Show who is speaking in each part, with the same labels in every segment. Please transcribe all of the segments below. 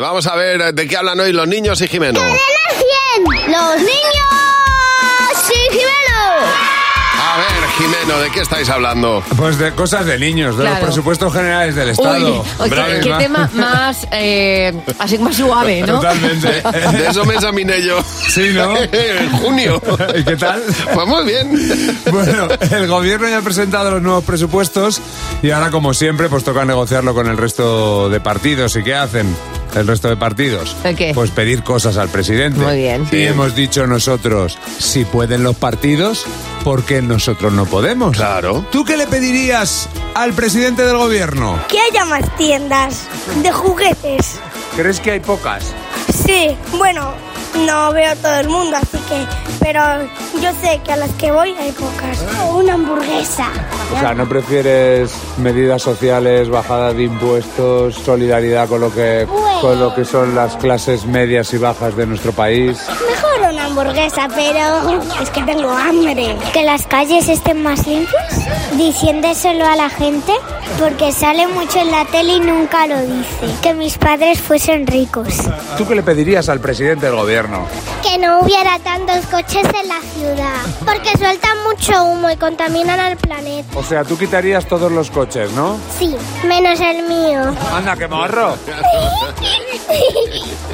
Speaker 1: Vamos a ver eh, de qué hablan hoy los niños y Jimeno.
Speaker 2: ¡Los niños! ¡Sí,
Speaker 1: A ver, Jimeno, ¿de qué estáis hablando?
Speaker 3: Pues de cosas de niños, de
Speaker 4: Claro.
Speaker 3: los presupuestos generales del Estado.
Speaker 4: Uy, oye,
Speaker 3: Bravo,
Speaker 4: qué
Speaker 3: Inma.
Speaker 4: tema más, eh, así más suave, ¿no?
Speaker 3: Totalmente.
Speaker 1: De eso me examiné yo.
Speaker 3: Sí, ¿no?
Speaker 1: en junio.
Speaker 3: ¿Y qué tal?
Speaker 1: Pues muy bien.
Speaker 3: Bueno, el gobierno ya ha presentado los nuevos presupuestos y ahora, como siempre, pues toca negociarlo con el resto de partidos. ¿Y qué hacen el resto de partidos?
Speaker 4: ¿El qué?
Speaker 3: Pues pedir cosas al presidente.
Speaker 4: Muy bien.
Speaker 3: Y hemos dicho nosotros, si pueden los partidos, ¿por qué nosotros no podemos?
Speaker 1: Claro.
Speaker 3: ¿Tú qué le pedirías al presidente del gobierno?
Speaker 2: Que haya más tiendas de juguetes.
Speaker 3: ¿Crees que hay pocas?
Speaker 2: Sí, bueno, no veo todo el mundo, así que. Pero yo sé que a las que voy hay pocas. Una hamburguesa.
Speaker 3: O sea, ¿no prefieres medidas sociales, bajada de impuestos, solidaridad con lo que, con lo que son las clases medias y bajas de nuestro país?
Speaker 2: Mejor una hamburguesa, pero es que tengo hambre. Que las calles estén más limpias. Diciéndoselo a la gente, porque sale mucho en la tele y nunca lo dice. Que mis padres fuesen ricos.
Speaker 3: ¿Tú qué le pedirías al presidente del gobierno?
Speaker 2: Que no hubiera tantos coches en la ciudad, porque sueltan mucho humo y contaminan al planeta.
Speaker 3: O sea, tú quitarías todos los coches, ¿no?
Speaker 2: Sí, menos el mío.
Speaker 3: ¡Anda, qué morro!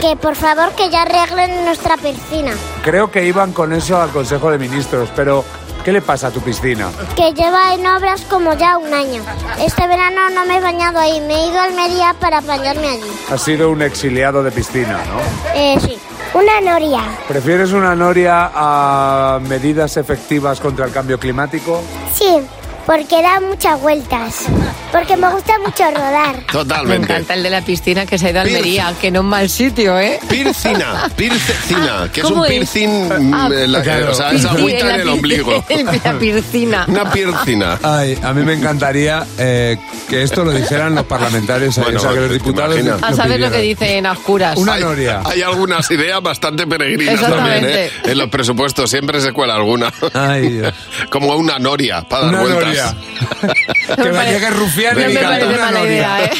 Speaker 2: que por favor que ya arreglen nuestra piscina,
Speaker 3: Creo que iban con eso al Consejo de Ministros, pero ¿qué le pasa a tu piscina?
Speaker 2: que lleva en obras como ya un año. Este verano no me he bañado ahí, me he ido a Almería para bañarme allí.
Speaker 3: Has sido un exiliado de piscina, ¿no?
Speaker 2: Eh, sí. Una noria.
Speaker 3: ¿Prefieres una noria a medidas efectivas contra el cambio climático?
Speaker 2: Sí, porque da muchas vueltas, porque me gusta mucho rodar.
Speaker 4: Me
Speaker 1: Totalmente.
Speaker 4: encanta el de la piscina que se ha ido a
Speaker 1: Pir-
Speaker 4: Almería, que no es mal sitio, ¿eh?
Speaker 1: Pircina, pircina,
Speaker 4: Ah,
Speaker 1: que es un
Speaker 4: ¿cómo es?
Speaker 1: piercing, mm,
Speaker 4: Ah,
Speaker 1: eh, la-
Speaker 3: claro.
Speaker 1: o sea, es agüita en el
Speaker 4: la-
Speaker 1: ombligo.
Speaker 4: La piscina.
Speaker 1: Una piercina.
Speaker 3: Ay, a mí me encantaría eh, que esto lo dijeran los parlamentarios,
Speaker 1: Bueno,
Speaker 3: o sea, que los
Speaker 1: ¿te
Speaker 3: diputados.
Speaker 1: imaginas?
Speaker 4: A saber lo que
Speaker 3: pidieran.
Speaker 4: dicen a oscuras.
Speaker 3: Una
Speaker 1: Hay-
Speaker 3: noria.
Speaker 1: Hay, algunas ideas bastante peregrinas también, ¿eh?
Speaker 4: Exactamente.
Speaker 1: En los presupuestos siempre se cuela alguna.
Speaker 3: Ay, Dios.
Speaker 1: Como una noria, para dar
Speaker 3: Una
Speaker 1: vueltas.
Speaker 3: noria. que
Speaker 4: No me
Speaker 3: me
Speaker 4: pare-
Speaker 3: llegue Rufián
Speaker 4: No
Speaker 3: y
Speaker 4: me
Speaker 3: me
Speaker 1: Venga,
Speaker 3: cante
Speaker 4: parece
Speaker 3: una
Speaker 4: mala
Speaker 3: noria.
Speaker 4: idea, ¿eh?